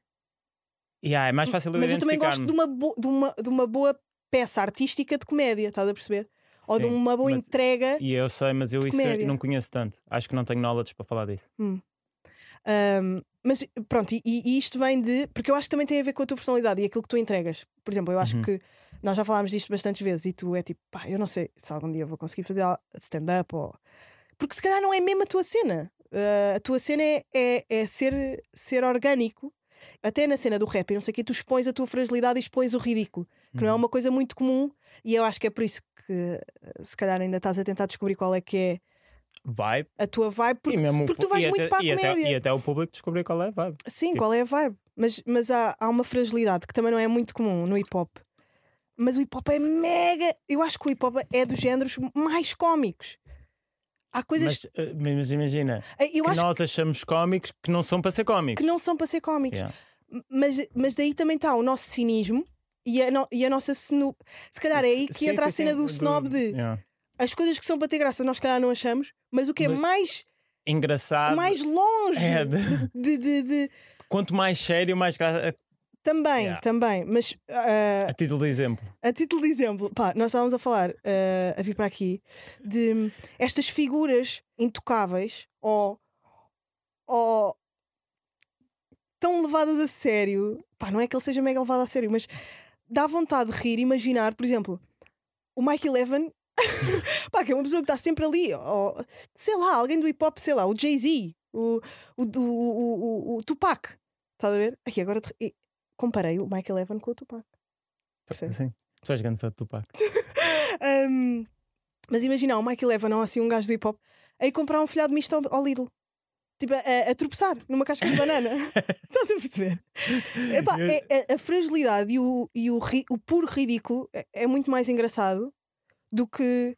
S5: Yeah, é mais fácil
S3: Mas eu também gosto
S5: identificar-me.
S3: de uma, bo- de, uma, de uma boa peça artística de comédia, estás a perceber? um, Ou de
S5: Sim,
S3: uma boa
S5: mas-
S3: entrega.
S5: E eu sei, mas eu isso
S3: comédia.
S5: não conheço tanto. Acho que não tenho knowledge para falar disso.
S3: ahm, mas pronto, e, e isto vem de. Porque eu acho que também tem a ver com a tua personalidade e aquilo que tu entregas. Por exemplo, eu acho que nós já falámos disto bastantes vezes e tu é tipo, pá, eu não sei se algum dia vou conseguir fazer stand-up ou. Porque se calhar não é mesmo a tua cena. Eh, a tua cena é, é, é ser, ser orgânico. Até na cena do rap e não sei o que, tu expões a tua fragilidade e expões o ridículo, que não é uma coisa muito comum, e eu acho que é por isso que eh, se calhar ainda estás a tentar descobrir qual é que é
S5: Vibe.
S3: a tua vibe, porque,
S5: e mesmo o
S3: porque
S5: pu-
S3: tu vais
S5: e
S3: muito
S5: até,
S3: para a
S5: e até-
S3: comédia.
S5: e até o público descobriu qual é a vibe.
S3: Sim,
S5: Tipo-
S3: qual é a vibe? Mas, mas há, há uma fragilidade que também não é muito comum no hip hop. Mas o hip hop é mega. Eu acho que o hip hop é dos géneros mais cómicos. Há coisas. eh,
S5: Mas, eh, mas imagina,
S3: eu
S5: que
S3: acho
S5: nós achamos cómicos que não são para ser
S3: que
S5: cómicos.
S3: não são para ser cómicos.
S5: Yeah.
S3: Mas, mas daí também está o nosso cinismo e a, no- e a nossa snob. Se calhar é aí que
S5: Sim,
S3: entra
S5: sim,
S3: a cena
S5: sim,
S3: do snob de.
S5: Yeah.
S3: As coisas que são para ter graça nós, se calhar, não achamos. Mas o que é
S5: Mas-
S3: mais,
S5: Engraçado.
S3: mais longe
S5: É, de-
S3: de, de- de-
S5: Quanto mais sério, mais graça.
S3: Também,
S5: Yeah.
S3: também. Mas. ah,
S5: A título de exemplo.
S3: A título de exemplo, pá, nós estávamos a falar, eh, a vir para aqui, de hum, estas figuras intocáveis ou, ou tão levadas a sério. Pá, não é que ele seja mega levado a sério, mas dá vontade de rir, imaginar, por exemplo, o Mike Eleven, pá, que é uma pessoa que está sempre ali, ou, sei lá, alguém do hip hop, sei lá, o Jay-Z, o, o, o, o, o- o Tupac. Estás a ver? Aqui agora de- e- comparei o Mike Eleven com o Tupac. Sim.
S5: Sim. Tu és grande fã de Tupac.
S3: Um, mas imagina, o Mike Eleven ou assim um gajo do hip hop aí comprar um folhado misto ao, ao Lidl. Tipo, a, a- a tropeçar numa casca de banana. Estás a perceber? Epá, é- é- a fragilidade e o, e o, ri- o puro ridículo é, é muito mais engraçado do que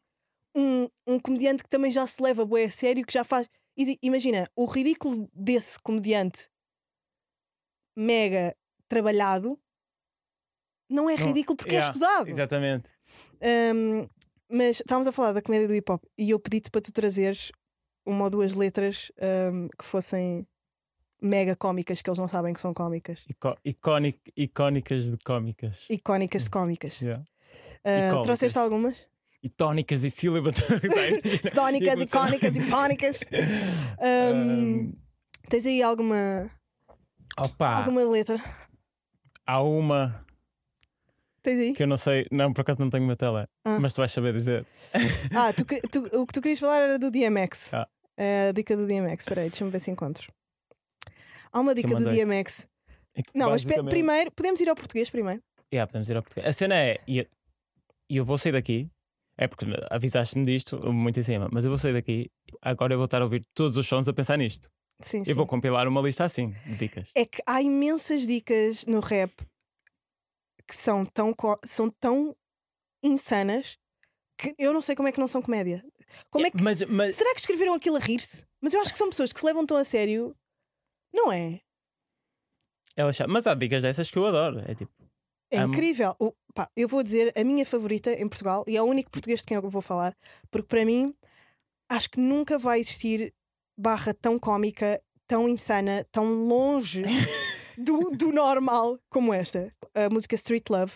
S3: um, um comediante que também já se leva bué a sério, que já faz. Isi- Imagina, o ridículo desse comediante mega trabalhado não é
S5: Não,
S3: ridículo porque
S5: yeah,
S3: é estudado.
S5: Exatamente.
S3: Um, mas estávamos a falar da comédia do hip hop e eu pedi-te para tu trazeres uma ou duas letras um, que fossem mega cómicas, que eles não sabem que são cómicas.
S5: Ico- iconic- icónicas de cómicas.
S3: Icónicas de cómicas.
S5: Yeah.
S3: Ah,
S5: Icólicas.
S3: trouxeste algumas?
S5: E tónicas e sílaba.
S3: Tónicas,
S5: Tónicas,
S3: icónicas, icónicas. Um, tens aí alguma,
S5: Opa,
S3: alguma letra?
S5: há uma
S3: Tens aí?
S5: que eu não sei. Não, por acaso não tenho uma tela.
S3: Ah.
S5: Mas tu vais saber dizer.
S3: Ah, tu que- tu- o que tu querias falar era do DMX.
S5: Ah.
S3: É a dica do DMX, espera aí, deixa-me ver se encontro. Há uma dica do
S5: mandei-te.
S3: DMX.
S5: É que
S3: Não, mas pe-
S5: basicamente-
S3: primeiro, podemos ir ao português primeiro.
S5: Yeah, podemos ir ao português. A cena é. E eu, e eu vou sair daqui. É porque avisaste-me disto muito em cima. Mas eu vou sair daqui. Agora eu vou estar a ouvir todos os sons a pensar nisto.
S3: Sim,
S5: Eu
S3: sim.
S5: vou compilar uma lista assim de dicas.
S3: É que há imensas dicas no rap que são tão, co- são tão insanas que eu não sei como é que não são comédia. Como é que...
S5: Mas, mas
S3: Será que escreveram aquilo a rir-se? Mas eu acho que são pessoas que se levam tão a sério, não é?
S5: ela chama- é mas há dicas dessas que eu adoro. É tipo,
S3: É
S5: Amo.
S3: incrível. O- pá, eu vou dizer a minha favorita em Portugal e é o único português de quem eu vou falar, porque para mim acho que nunca vai existir barra tão cómica, tão insana, tão longe do, do normal como esta. A música Street Love.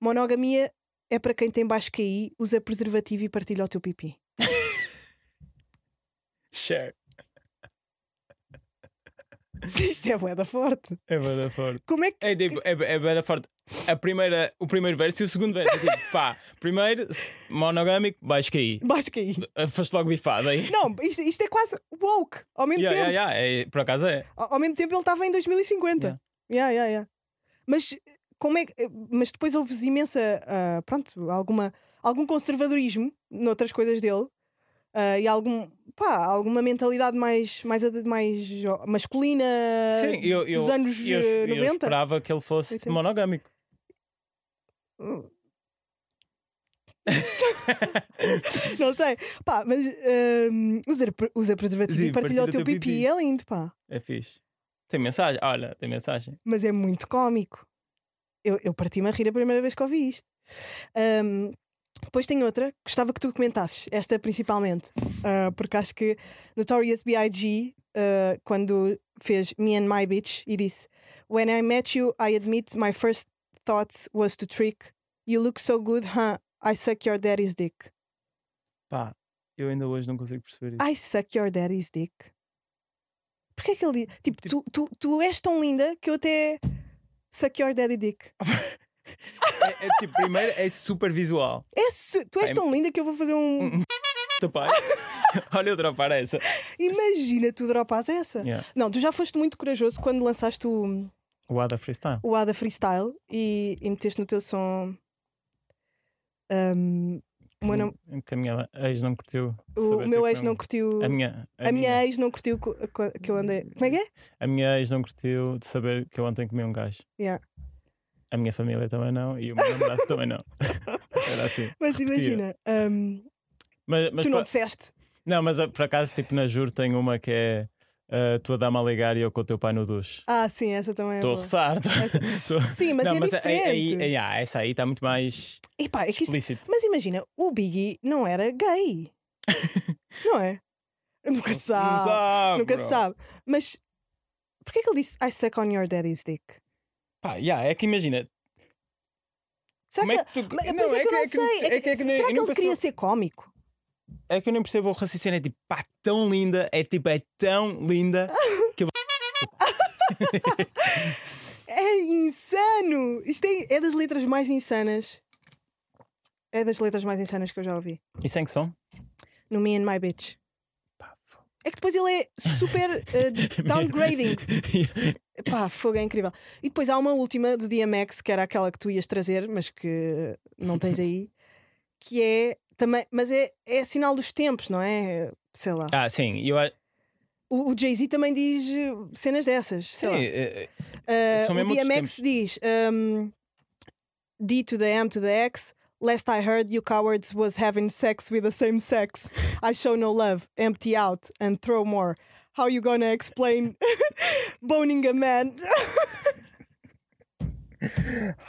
S3: Monogamia é para quem tem baixo QI, usa preservativo e partilha o teu pipi.
S5: share.
S3: Isto é boeda forte.
S5: É bada forte.
S3: Como é que.
S5: É tipo, é, é bué da forte. A primeira, o primeiro verso e o segundo verso. É tipo, pá, primeiro, s- monogâmico, vais cair.
S3: Baixo QI.
S5: Foste logo bifado aí.
S3: Não, isto, isto é quase woke ao mesmo
S5: Yeah,
S3: tempo.
S5: yeah, yeah, é, por acaso é.
S3: Ao, ao mesmo tempo ele estava em 2050. Yeah. Yeah, yeah, Mas como é que- mas depois houve imensa, ah, pronto, alguma algum conservadorismo noutras coisas dele. ah, e algum, pá, alguma mentalidade mais mais mais jo- masculina
S5: Sim, eu, eu,
S3: dos anos
S5: eu,
S3: eh,
S5: eu
S3: 90.
S5: esperava que ele fosse
S3: 80.
S5: monogâmico.
S3: Não sei. Pá, mas ah, usa, pre- usa preservativo
S5: Sim,
S3: e partilha o teu pipi. É lindo, pá.
S5: É fixe. Tem mensagem? Olha, tem mensagem.
S3: mas é muito cómico. Eu, eu parti-me a rir a primeira vez que ouvi isto. Ahm, depois tem outra, gostava que tu comentasses, esta principalmente, ah, porque acho que Notorious B.I.G., ah, quando fez Me and My Bitch, e disse: When I met you, I admit my first thought was to trick. You look so good, huh? I suck your daddy's dick.
S5: Pá, eu ainda hoje não consigo perceber isso.
S3: I suck your daddy's dick. Porquê que ele diz? Tipo, tu, tu, tu és tão linda que eu até suck your daddy dick.
S5: É, é tipo, primeiro é super visual.
S3: É su- tu és
S5: Bem, Hum.
S3: tão linda que eu vou fazer um.
S5: tapar. Olha, eu dropar essa.
S3: Imagina tu dropas essa.
S5: Yeah.
S3: Não, tu já foste muito corajoso quando lançaste o,
S5: O Ada Freestyle.
S3: o Ada Freestyle e, e meteste no teu som. um, o meu, não-
S5: Que a minha ex não curtiu.
S3: o
S5: saber
S3: meu
S5: que
S3: ex
S5: eu- um
S3: não curtiu.
S5: A minha,
S3: A minha ex não curtiu co- co- que eu andei. Como é que é?
S5: a minha ex não curtiu de saber que eu ontem comi um gajo.
S3: Yeah.
S5: A minha família também não e o meu namorado também não. Era assim.
S3: Mas
S5: Repetia.
S3: imagina, um,
S5: Mas, mas
S3: tu
S5: pa-
S3: não disseste.
S5: não, mas ah, por acaso, tipo, na Juro tem uma que é ah, tua dama a ligar e eu com o teu pai no duche.
S3: Ah, sim, essa também é.
S5: Estou a
S3: boa.
S5: roçar. tô- tô-
S3: Sim, mas
S5: não,
S3: é
S5: mas aí-
S3: diferente.
S5: aí- aí- ah, essa aí está muito mais
S3: Epá, é que isto-
S5: explícito.
S3: Mas imagina, o Biggie não era gay. não é? Nunca se
S5: Não
S3: sabe.
S5: sabe,
S3: Nunca
S5: Ah, bro.
S3: se sabe. Mas porquê que ele disse I suck on your daddy's dick?
S5: Pá, yeah, é que imagina.
S3: Será
S5: Como é
S3: que.
S5: que tu.
S3: Mas,
S5: Não,
S3: pois é,
S5: é
S3: que eu
S5: que-
S3: não
S5: é que-
S3: sei. É
S5: é
S3: que-
S5: que- é que nem-
S3: será
S5: eu
S3: que
S5: não
S3: ele
S5: penso-
S3: queria ser cómico?
S5: É que eu nem percebo o raciocínio. É tipo, pá, tão linda. É tipo, é tão linda.
S3: É insano! Isto é, é das letras mais insanas. É das letras mais insanas que eu já ouvi.
S5: E sem que som?
S3: No Me and My Bitch. É que depois ele é super eh, downgrading. Pá, fogo é incrível. E depois há uma última do DMX, que era aquela que tu ias trazer, mas que não tens aí, que é também, mas é, é sinal dos tempos, não é? Sei lá.
S5: ah, sim. Eu, a-
S3: O, o Jay-Z também diz eh, cenas dessas. Sei
S5: sim,
S3: lá.
S5: eh,
S3: Ah,
S5: são
S3: o
S5: mesmo outros
S3: DMX diz um, D to the M to the X. Last I heard, you cowards was having sex with the same sex. I show no love, empty out, and throw more. How you gonna explain boning a man?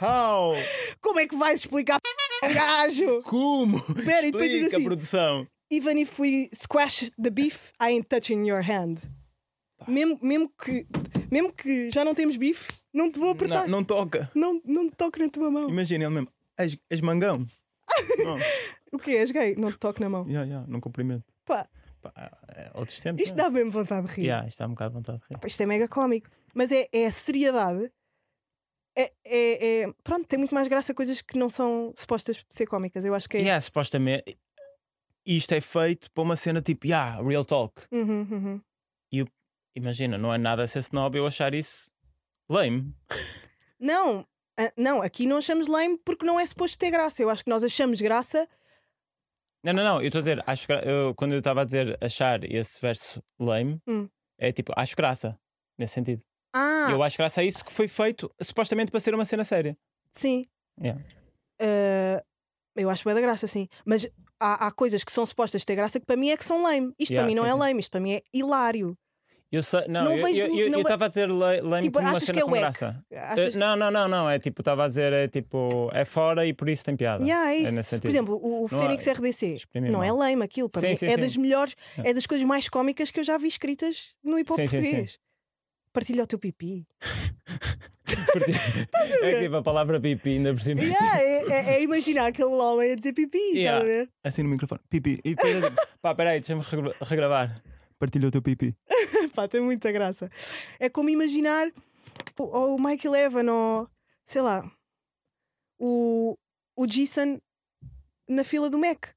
S5: How?
S3: Como é que vais explicar a um gajo?
S5: Como?
S3: Espera, e depois diz
S5: Explica
S3: assim-
S5: a produção.
S3: Even if we squash the beef, I ain't touching your hand. Mesmo, mesmo, que, mesmo que já não temos bife, não te vou apertar.
S5: Não, não toca.
S3: Não, não te toco na tua mão.
S5: Imagina ele mesmo. És, és mangão. não,
S3: O que És gay? Não te toco na mão.
S5: yeah, yeah, não cumprimento.
S3: Pá,
S5: Pá, é outros tempos.
S3: isto
S5: né?
S3: dá mesmo vontade de rir.
S5: Yeah, isto dá um bocado de vontade de rir.
S3: Pá, Isto é mega cómico. Mas é, é a seriedade. É, é- é- Pronto, tem muito mais graça coisas que não são supostas ser cómicas. Eu acho que é.
S5: Yeah, supostamente. Isto é feito para uma cena tipo, yeah, real talk.
S3: Uhum, uhum.
S5: Imagina, não é nada a ser snob eu achar isso lame.
S3: Não, ah, não, aqui não achamos lame porque não é suposto ter graça. Eu acho que nós achamos graça.
S5: Não, não, não, eu estou a dizer, acho gra- eu, quando eu estava a dizer achar esse verso lame,
S3: Hum.
S5: é tipo, acho graça, nesse sentido.
S3: Ah,
S5: Eu acho graça a isso que foi feito supostamente para ser uma cena séria.
S3: sim.
S5: Yeah.
S3: Ah, eu acho bem da graça, sim. Mas há, há coisas que são supostas ter graça que para mim é que são lame. Isto
S5: Yeah,
S3: para mim não
S5: sim,
S3: é
S5: sim.
S3: lame, isto para mim é hilário.
S5: Eu sei, não,
S3: Não
S5: eu-
S3: vejo-
S5: eu- eu
S3: não
S5: eu
S3: ve-
S5: estava a dizer la- lame
S3: Tipo,
S5: como uma
S3: achas
S5: cena
S3: que é
S5: com
S3: wack?
S5: graça.
S3: Achas-
S5: Eh, não, não, não, não, é tipo, estava a dizer, é tipo, é fora e por isso tem piada.
S3: Yeah, é isso.
S5: nesse
S3: Por
S5: sentido.
S3: exemplo, o, o
S5: Não há-
S3: Fênix RDC
S5: exprime
S3: não é
S5: mal.
S3: lame aquilo. Para
S5: Sim,
S3: mim
S5: sim,
S3: é
S5: sim.
S3: das melhores, é das coisas mais cómicas que eu já vi escritas no hip hop
S5: Sim, sim, sim.
S3: português. Partilha o teu pipi.
S5: Porque- é tipo a palavra pipi, ainda por cima.
S3: Yeah, é, é- é imaginar aquele homem a dizer pipi, estás a
S5: Yeah.
S3: ver?
S5: Assim no microfone, pipi. E depois, é tipo, pá, peraí, deixa-me regra- regravar. Partilha o teu pipi.
S3: Pá, tem muita graça. É como imaginar o, ou o Mike Eleven ou sei lá o, o Jason na fila do Mac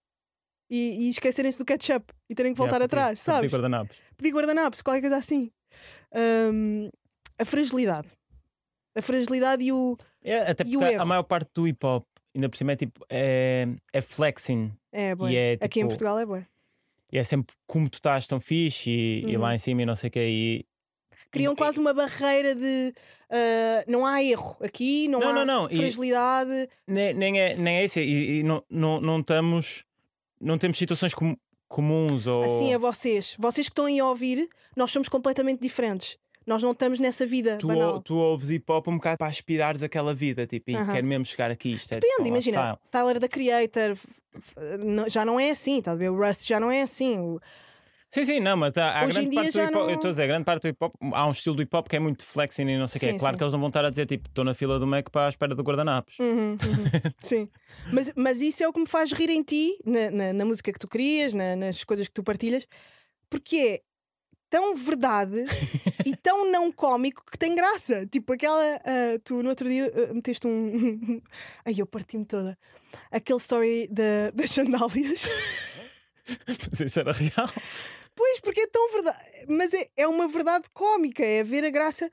S3: e, e esquecerem-se do ketchup e terem que voltar
S5: Yeah, pedi-
S3: atrás,
S5: pedi
S3: sabes?
S5: guardanapos.
S3: pedir guardanapos, qualquer coisa assim. Hum, a fragilidade. A fragilidade e o.
S5: É, até
S3: E o
S5: porque a- a
S3: erro?
S5: maior parte do hip hop, ainda por cima, é tipo, é, é flexing.
S3: É, bué.
S5: E é,
S3: Aqui em
S5: tipo,
S3: Portugal é bom.
S5: E é sempre como tu estás tão fixe e, e
S3: Uhum.
S5: lá em cima e não sei o que. E... é
S3: Criam quase uma barreira de. ah, não há erro aqui, não,
S5: Não,
S3: há
S5: não, não, e-
S3: fragilidade.
S5: Nem, nem é, nem é isso. E, e não, não, não estamos. Não temos situações com- comuns ou.
S3: Assim é vocês. Vocês que estão aí a ouvir, nós somos completamente diferentes. Nós não estamos nessa vida
S5: tu,
S3: banal.
S5: ou- tu ouves hip hop um bocado para aspirares aquela vida, tipo, e
S3: Aham.
S5: quero mesmo chegar aqui. Isto é tipo,
S3: Depende,
S5: um
S3: imagina.
S5: lifestyle.
S3: Tyler é da Creator f- f- não- já não é assim, estás a ver? O Rust já não é assim. O-
S5: Sim, sim, não, mas há, há
S3: Hoje em
S5: grande
S3: dia
S5: parte do
S3: já
S5: hip hop.
S3: não-
S5: Eu estou a dizer, grande parte do hip hop. Há um estilo do hip hop que é muito flexing e não sei o que.
S3: Sim,
S5: É claro
S3: sim.
S5: que eles não vão estar a dizer, tipo, estou na fila do Mac para a espera do guardanapos.
S3: Uhum, uhum. Sim, mas, mas isso é o que me faz rir em ti, na, na, na música que tu crias, na- nas coisas que tu partilhas, porque é tão verdade e tão não cómico que tem graça. Tipo aquela. ah, tu no outro dia ah, meteste um. Ai, eu parti-me toda. Aquele story da, das sandálias.
S5: Mas isso era real.
S3: Pois, porque é tão verdade. Mas é, é uma verdade cómica, é ver a graça.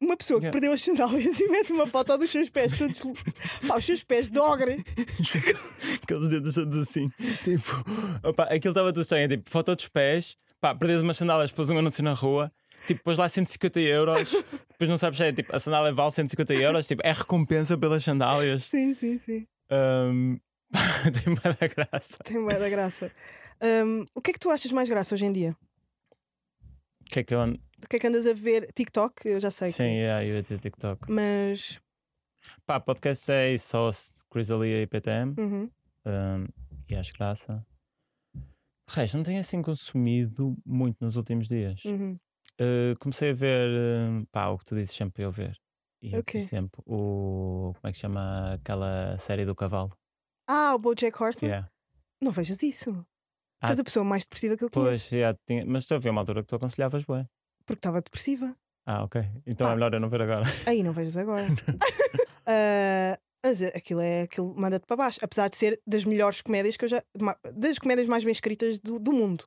S3: Uma pessoa que
S5: Yeah.
S3: perdeu as sandálias e mete uma foto dos seus pés todos. Pá, os seus pés de ogre.
S5: Aqueles dedos todos assim. Tipo, opa, aquilo estava tudo estranho. Tipo, foto dos pés, pá, perdes umas sandálias, pôs um anúncio na rua. Tipo, pôs lá 150 euros, depois não sabes se é tipo, a sandália vale 150 euros, tipo, é recompensa pelas sandálias.
S3: Sim, sim, sim.
S5: Ahm, pá, tem uma da graça.
S3: Tem bué da graça. Hum, o que é que tu achas mais graça hoje em dia?
S5: O que é que eu ando?
S3: O que é que andas a ver? TikTok? Eu já sei. que-
S5: Sim, yeah, eu ia ter TikTok.
S3: Mas.
S5: Pá, podcast é isso, só se- Chris Alia e PTM.
S3: uhum.
S5: Ahm, e acho graça. De resto, não tenho assim consumido muito nos últimos dias.
S3: Uhum.
S5: Uh, comecei a ver uh, pá, o que tu dizes sempre para eu ver. E eu
S3: Ok.
S5: digo sempre o. Como é que chama aquela série do cavalo?
S3: Ah, o Bojack Horseman.
S5: Yeah.
S3: Não vejas isso.
S5: Ah.
S3: Tu és a pessoa mais depressiva que eu conheço.
S5: Pois, yeah, tinha- mas estou a ver uma altura que tu aconselhavas, bué.
S3: Porque estava depressiva.
S5: Ah, ok. Então
S3: Pá.
S5: é melhor eu não ver agora.
S3: Aí não vejas agora. Ah, mas aquilo é aquilo manda-te para baixo. Apesar de ser das melhores comédias que eu já. de ma- das comédias mais bem escritas do, do mundo.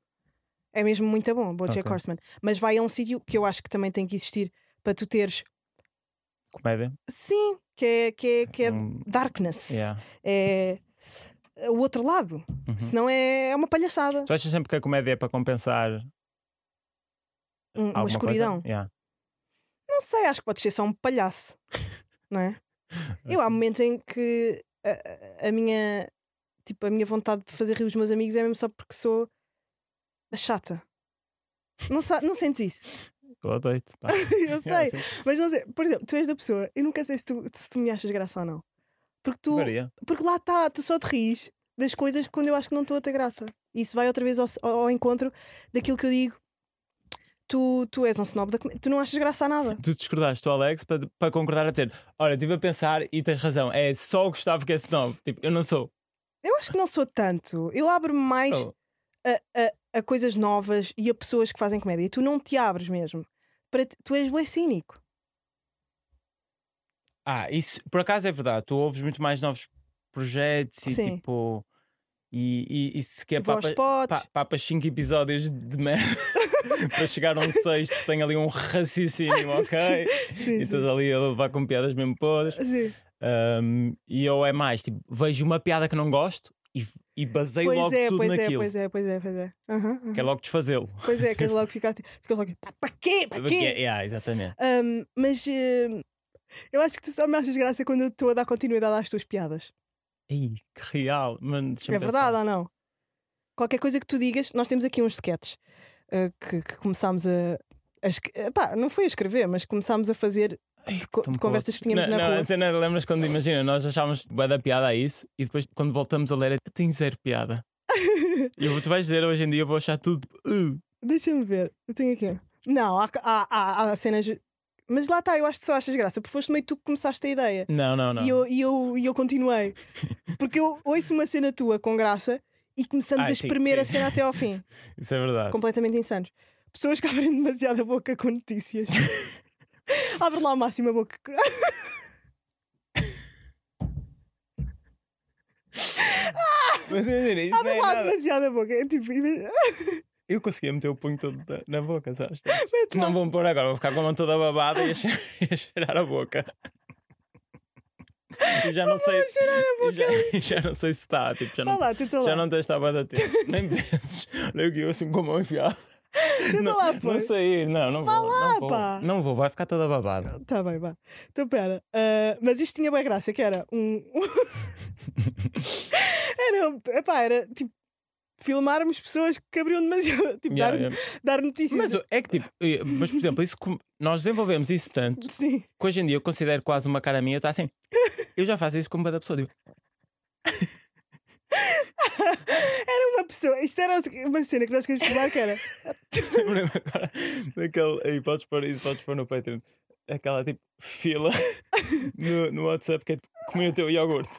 S3: É mesmo muito bom, Bojack
S5: Ok.
S3: Horseman. Mas vai a um sítio que eu acho que também tem que existir para tu teres.
S5: Comédia?
S3: Sim, que é, que é, que é
S5: Hum,
S3: darkness.
S5: yeah.
S3: É é o outro lado.
S5: Uhum.
S3: Senão é, é uma palhaçada.
S5: Tu achas sempre que a comédia é para compensar uh,
S3: Um- uma
S5: alguma
S3: escuridão.
S5: Coisa? Yeah.
S3: Não sei, acho que pode ser só um palhaço. não é? Eu há momentos em que a, a- a minha tipo, a minha vontade de fazer rir os meus amigos é mesmo só porque sou a chata. Não, sa- não sentes isso?
S5: Eu odeio-te.
S3: Eu
S5: pá. Yeah,
S3: sei,
S5: sim.
S3: mas não sei. Por exemplo, tu és da pessoa, eu nunca sei se tu, se tu me achas graça ou não. Porque tu,
S5: Varia.
S3: porque lá está, tu só te ris das coisas quando eu acho que não estou a ter graça. Isso vai outra vez ao, ao encontro daquilo que eu digo. Tu, tu és um snob da comé- tu não achas graça a nada.
S5: Tu discordaste do Alex para, para concordar a dizer: Olha, estive a pensar e tens razão, é só o Gustavo que é snob. Tipo, eu não sou.
S3: Eu acho que não sou tanto. Eu abro-me mais
S5: Oh.
S3: a, a- a coisas novas e a pessoas que fazem comédia. E tu não te abres mesmo. Para ti- tu és bué cínico.
S5: Ah, isso por acaso é verdade. Tu ouves muito mais novos projetos e
S3: Sim.
S5: tipo. E, e, e se quer
S3: Voz potes.
S5: É pa, papas 5 episódios de merda para chegar a um sexto que tem ali um raciocínio, ok?
S3: Sim,
S5: e
S3: sim.
S5: estás ali a levar com piadas mesmo podres.
S3: Sim.
S5: Ahm, e eu é mais, tipo, vejo uma piada que não gosto e, e baseio
S3: Pois
S5: logo
S3: é,
S5: tudo
S3: pois é,
S5: naquilo.
S3: pois é, pois é, pois é. Aham, aham.
S5: Quero logo desfazê-lo.
S3: Pois é, queres logo ficar assim. Ficas logo, para quê? Para
S5: Porque- é
S3: quê?
S5: yeah, exatamente.
S3: Ahm, mas ahm, eu acho que tu só me achas graça quando eu estou a dar continuidade às tuas piadas.
S5: Ei, que real. Mano, deixa-me
S3: é verdade
S5: pensar.
S3: ou não? Qualquer coisa que tu digas, nós temos aqui uns sketches ah, que, que começámos a. a esque- eh, pá, não foi a escrever, mas começámos a fazer de, co-
S5: Tão
S3: de conversas que tínhamos
S5: não, é assim.
S3: na
S5: não,
S3: rua.
S5: a cena, lembras quando, imagina, nós achámos bué da piada a isso e depois quando voltamos a ler, é, tem zero piada. e eu, tu vais dizer hoje em dia, eu vou achar tudo. "Uh,
S3: Deixa-me ver, eu tenho aqui. um. Não, há, há, há, há cenas. Mas lá está, eu acho que só achas graça, porque foste meio tu que começaste a ideia.
S5: Não, não, não.
S3: E eu, e, eu, e eu continuei. Porque eu ouço uma cena tua com graça e começamos
S5: Ai,
S3: a
S5: sim,
S3: espremer a
S5: sim.
S3: cena até ao fim.
S5: Isso é verdade.
S3: completamente insanos. Pessoas que abrem demasiado a boca com notícias. Abre lá o máximo a boca. com-
S5: Mas imagina, isso não
S3: Abre
S5: é
S3: lá
S5: nada.
S3: demasiado a boca. É tipo, ima-
S5: Eu conseguia meter o punho todo na- na boca, sabes? Tipo,
S3: mete lá.
S5: Não vão pôr agora, vou ficar com a mão toda babada e a cheirar, e a, cheirar a boca. E já não sei. se- e já, e já não sei se está. Tipo, já
S3: Vá
S5: não,
S3: lá, tenta lá.
S5: já não tens estado a dar tempo. Nem penses. Olha o que eu assim com a mão enfiada.
S3: Tenta
S5: não,
S3: lá, pô.
S5: não sair, não, não
S3: Vá
S5: vou.
S3: lá,
S5: não, vou
S3: pá.
S5: não vou, vai ficar toda babada.
S3: Tá bem, vá. Então pera. Ah, mas isto tinha bem graça, que era um. era, epá, era tipo. Filmarmos pessoas que abriam demasiado. Tipo,
S5: Yeah,
S3: dar,
S5: yeah.
S3: dar notícias.
S5: Mas o- é que tipo, eh, mas por exemplo, isso, com- nós desenvolvemos isso tanto
S3: Sim.
S5: que hoje em dia eu considero quase uma cara minha, está assim. Eu já faço isso com cada pessoa. tipo, Digo,
S3: Era uma pessoa. Isto era uma cena que nós queríamos filmar, que era.
S5: Lembrei-me agora daquele. Aí podes pôr isso, podes pôr no Patreon. Aquela tipo fila no, no WhatsApp que é tipo, comi o teu iogurte.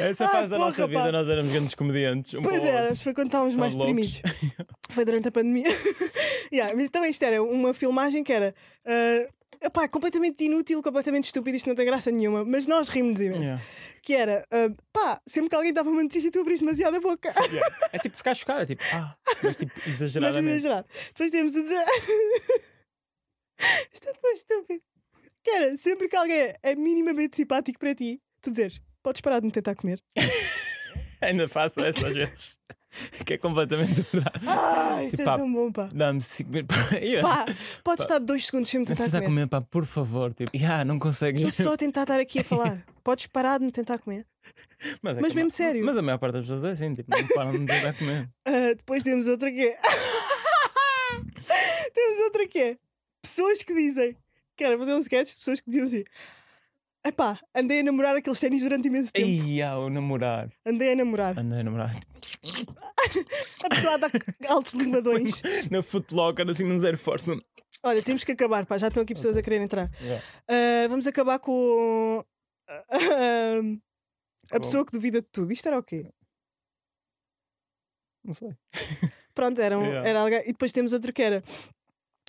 S5: Essa
S3: Ah,
S5: fase da nossa
S3: porra,
S5: vida
S3: pá.
S5: nós éramos grandes comediantes. Um
S3: Pois
S5: para o
S3: era,
S5: outro.
S3: foi quando estávamos
S5: Tão
S3: mais
S5: loucos.
S3: deprimidos. Foi durante a pandemia. Yeah, mas então isto era uma filmagem que era ah, epá, completamente inútil, completamente estúpido, isto não tem graça nenhuma, mas nós rimos imenso.
S5: Yeah.
S3: que era ah, pá, sempre que alguém dava uma notícia, tu abriste demasiado a boca.
S5: Yeah. É tipo ficar chocado, é tipo, ah, mas tipo,
S3: Mas
S5: exageradamente.
S3: exagerado. Depois temos o. dra- Isto é tão estúpido. Que era sempre que alguém é minimamente simpático para ti, tu dizes, podes parar de me tentar comer.
S5: Ainda faço essas vezes. que é completamente verdade.
S3: Ah, isto é
S5: Pá.
S3: tão bom, pá.
S5: Dá-me cinco minutos. Yeah.
S3: Pá, podes estar dois segundos sem me
S5: Não
S3: tentar
S5: precisa
S3: comer.
S5: comer, pá, por favor. Tipo, yeah, não
S3: Estou
S5: consegues.
S3: só a tentar estar aqui a falar. Podes parar de me tentar comer.
S5: Mas,
S3: Mas
S5: é que a
S3: mesmo
S5: ma-
S3: sério.
S5: Mas a maior parte das pessoas é assim, tipo, não param de tentar comer.
S3: Ah, depois temos outra que é. temos outra que é. Pessoas que dizem. Quero fazer um sketch de pessoas que diziam assim. Epá, andei a namorar aqueles ténis durante imenso tempo.
S5: Ei, ah, o namorar.
S3: Andei a namorar.
S5: Andei a namorar.
S3: A pessoa dá altos limadões.
S5: Na footlocker, assim, num zero force. Não...
S3: Olha, temos que acabar, pá. Já estão aqui pessoas a querer entrar.
S5: Yeah.
S3: Ah, vamos acabar com. ah, a
S5: Tá Bom.
S3: pessoa que duvida de tudo. Isto era o quê?
S5: Não sei.
S3: Pronto, era, um-
S5: Yeah.
S3: era alguém. E depois temos outro que era.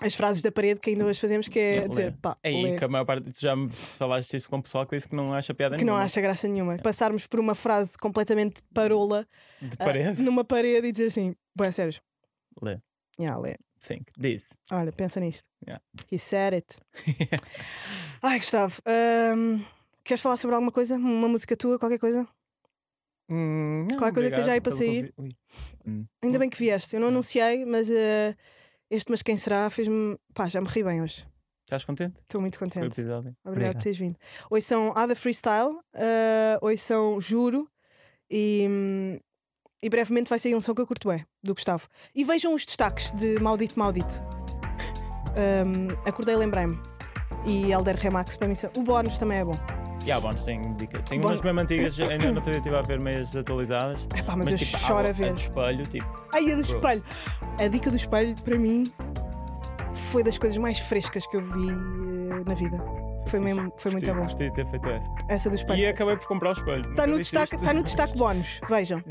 S3: As frases da parede que ainda hoje fazemos, que é
S5: Yeah,
S3: dizer,
S5: lê.
S3: pá,
S5: É aí
S3: lê.
S5: que a maior parte. Tu já me falaste isso com o pessoal que disse que não acha piada
S3: que não
S5: nenhuma.
S3: acha graça nenhuma. Passarmos por uma frase completamente parola
S5: De
S3: ah,
S5: parede.
S3: numa parede e dizer assim: Boa, sério.
S5: Lê.
S3: Yeah, lê.
S5: Think. Diz.
S3: Olha, pensa nisto.
S5: Yeah.
S3: He said it. Ai, Gustavo, ahm, queres falar sobre alguma coisa? Uma música tua, qualquer coisa?
S5: Hum, não,
S3: Qualquer coisa que esteja
S5: obrigado
S3: aí para
S5: pelo
S3: sair.
S5: convite. Ui. Hum.
S3: Ainda bem que vieste. Eu não anunciei, mas ah, este Mas Quem Será fez-me. Pá, já me ri bem hoje.
S5: Estás contente?
S3: Estou muito
S5: com o
S3: contente.
S5: episódio.
S3: Obrigado por teres vindo. Hoje são Ada Freestyle, ah, hoje são Juro e, hum, e brevemente vai sair um som que eu curto bem, do Gustavo. E vejam os destaques de Maldito Maldito. Hum, acordei, lembrei-me. E Elder Remax para mim são. O bónus também é bom.
S5: E há bónus, tem dica. Tem
S3: Bom-
S5: umas mesmo antigas, ainda não estive a ver meias atualizadas.
S3: Epá, mas, eu
S5: tipo, há
S3: choro a
S5: a
S3: ver.
S5: do espelho, tipo,
S3: Ai, a do
S5: Bro.
S3: espelho! A dica do espelho, para mim, foi das coisas mais frescas que eu vi eh, na vida. Foi mesmo, foi muito
S5: gostei-
S3: bom.
S5: Gostei de ter feito essa.
S3: Essa do
S5: E
S3: espelho.
S5: acabei por comprar o espelho.
S3: Está
S5: Nunca
S3: no,
S5: disse
S3: destaque,
S5: isto.
S3: está no destaque bónus. Vejam.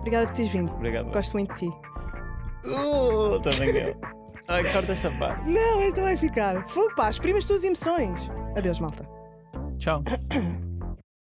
S5: Yeah.
S3: Obrigada por teres vindo.
S5: Obrigado.
S3: Gosto muito de ti.
S5: Uh, também eu. Ai, corta esta parte.
S3: Não, esta vai ficar. Fogo, pá, exprime as tuas emoções. Adeus, malta.
S5: Tchau.